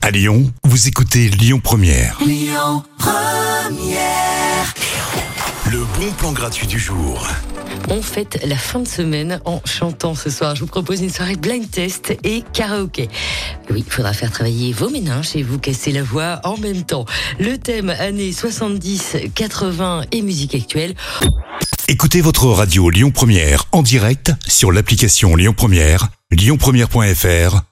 À Lyon, vous écoutez Lyon Première. Le bon plan gratuit du jour. On fête la fin de semaine en chantant ce soir. Je vous propose une soirée blind test et karaoké. Oui, il faudra faire travailler vos méninges et vous casser la voix en même temps. Le thème années 70, 80 et musique actuelle. Écoutez votre radio Lyon Première en direct sur l'application Lyon Première, lyonpremière.fr